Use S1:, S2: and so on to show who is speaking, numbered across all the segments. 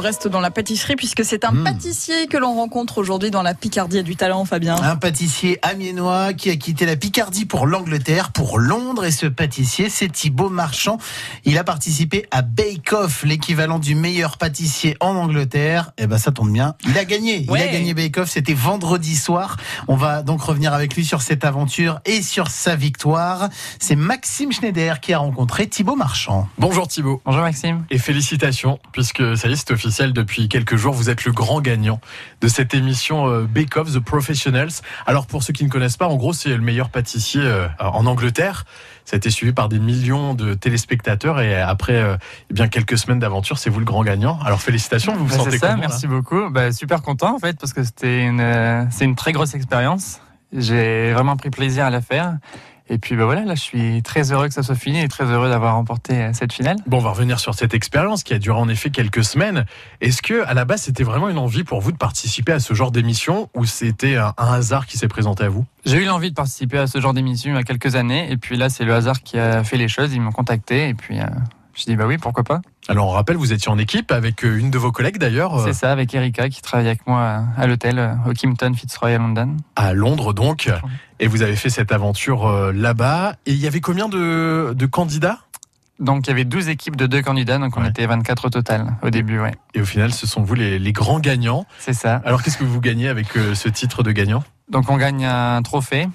S1: reste dans la pâtisserie puisque c'est un
S2: Mm.
S1: pâtissier que l'on rencontre aujourd'hui dans la Picardie et du talent, Fabien.
S2: Hein Un pâtissier amiénois qui a quitté la Picardie pour l'Angleterre, pour Londres. Et ce pâtissier, c'est Thibaut Marchand. Il a participé à Bake Off, l'équivalent du meilleur pâtissier en Angleterre. Eh ben, ça tombe bien. Il a gagné. Il a
S1: Ouais.
S2: gagné Bake Off. C'était vendredi soir. On va donc revenir avec lui sur cette aventure et sur sa victoire. C'est Maxime Schneider qui a rencontré Thibaut Marchand.
S3: Bonjour Thibaut
S4: Bonjour Maxime.
S3: et félicitations puisque ça y est c'est officiel depuis quelques jours vous êtes le grand gagnant de cette émission euh, Bake Off The Professionals. Alors pour ceux qui ne connaissent pas en gros c'est le meilleur pâtissier euh, en Angleterre. Ça a été suivi par des millions de téléspectateurs et après euh, eh bien quelques semaines d'aventure c'est vous le grand gagnant. Alors félicitations vous vous
S4: Bah,
S3: sentez
S4: c'est ça,
S3: comment, là
S4: merci beaucoup. Bah, super content en fait parce que c'était une, euh, c'est une très grosse expérience. J'ai vraiment pris plaisir à la faire. Et puis bah, voilà, là je suis très heureux que ça soit fini et très heureux d'avoir remporté euh, cette finale.
S3: Bon, on va revenir sur cette expérience qui a duré en effet quelques semaines. Est-ce que, à la base, c'était vraiment une envie pour vous de participer à ce genre d'émission ou c'était un, un hasard qui s'est présenté à vous
S4: J'ai eu l'envie de participer à ce genre d'émission il y a quelques années et puis là c'est le hasard qui a fait les choses, ils m'ont contacté et puis euh, je dis bah oui pourquoi pas.
S3: Alors, on rappelle, vous étiez en équipe avec euh, une de vos collègues d'ailleurs, euh,
S4: C'est ça avec Erika qui travaille avec moi à- à l'hôtel euh, au Kimpton Fitzroy à London.
S3: à Londres donc,
S4: Oui.
S3: et vous avez fait cette aventure euh, là-bas. Et il y avait combien de, de candidats
S4: Donc il y avait 12 équipes de deux candidats donc on
S3: Ouais.
S4: était 24 au total au début ouais.
S3: Et au final, ce sont vous les, les grands gagnants.
S4: C'est ça.
S3: Alors, qu'est-ce que vous gagnez avec euh, ce titre de gagnant
S4: Donc on gagne un trophée,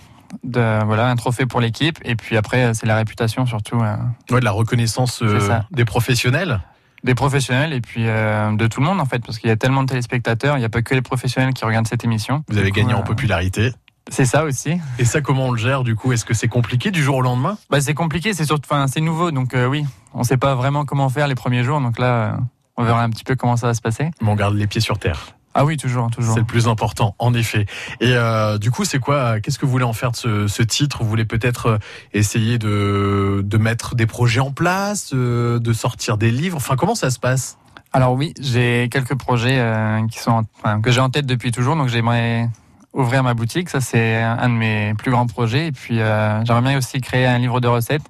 S4: de, voilà, un trophée pour l'équipe, et puis après euh, c'est la réputation surtout euh,
S3: ouais, De la reconnaissance euh,
S4: C'est ça.
S3: des professionnels
S4: des professionnels et puis euh, de tout le monde en fait, parce qu'il y a tellement de téléspectateurs, il n'y a pas que les professionnels qui regardent cette émission.
S3: Vous avez
S4: Du coup,
S3: gagné
S4: euh,
S3: en popularité.
S4: C'est ça aussi.
S3: Et ça, comment on le gère du coup Est-ce que c'est compliqué du jour au lendemain
S4: Bah, c'est compliqué, c'est surtout, enfin c'est nouveau, donc euh, oui, on ne sait pas vraiment comment faire les premiers jours, donc là euh, on verra un petit peu comment ça va se passer.
S3: Mais on garde les pieds sur terre.
S4: Ah oui, toujours, toujours.
S3: C'est le plus important, en effet. Et euh, du coup, c'est quoi Qu'est-ce que vous voulez en faire de ce, ce titre Vous voulez peut-être euh, essayer de, de mettre des projets en place, euh, de sortir des livres. Enfin, comment ça se passe
S4: Alors oui, j'ai quelques projets euh, qui sont en- enfin, que j'ai en tête depuis toujours, donc j'aimerais ouvrir ma boutique. Ça, c'est un de mes plus grands projets. Et puis, euh, j'aimerais bien aussi créer un livre de recettes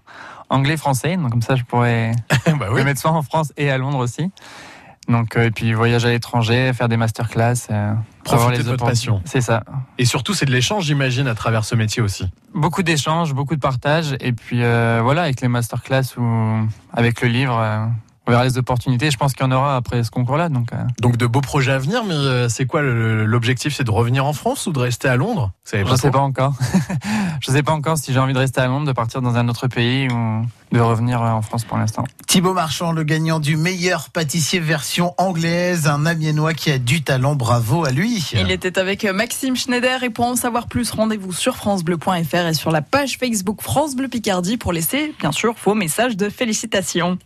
S4: anglais-français. Donc comme ça, je pourrais
S3: Bah
S4: le mettre soit en France et à Londres aussi. Donc euh, et puis voyager à l'étranger, faire des masterclass, euh, avoir
S3: Profitez
S4: les
S3: de votre
S4: opportun-
S3: passion.
S4: C'est ça.
S3: Et surtout, c'est de l'échange, j'imagine, à travers ce métier aussi.
S4: Beaucoup d'échanges, beaucoup de partage. Et puis euh, voilà, avec les masterclass ou avec le livre, euh, on verra les opportunités. Je pense qu'il y en aura après ce concours-là. Donc euh,
S3: Donc, de beaux projets à venir, mais euh, c'est quoi le- l'objectif C'est de revenir en France ou de rester à Londres Vous savez
S4: Je ne sais
S3: trop.
S4: pas encore. je sais pas encore si j'ai envie de rester à Londres, de partir dans un autre pays ou de revenir euh, en France pour l'instant.
S2: Thibaut Marchand, le gagnant du meilleur pâtissier version anglaise, un amiénois qui a du talent. Bravo à lui.
S1: Il était avec euh, Maxime Schneider et pour en savoir plus, rendez-vous sur francebleu.fr et sur la page Facebook France Bleu Picardie pour laisser, bien sûr, vos messages de félicitations.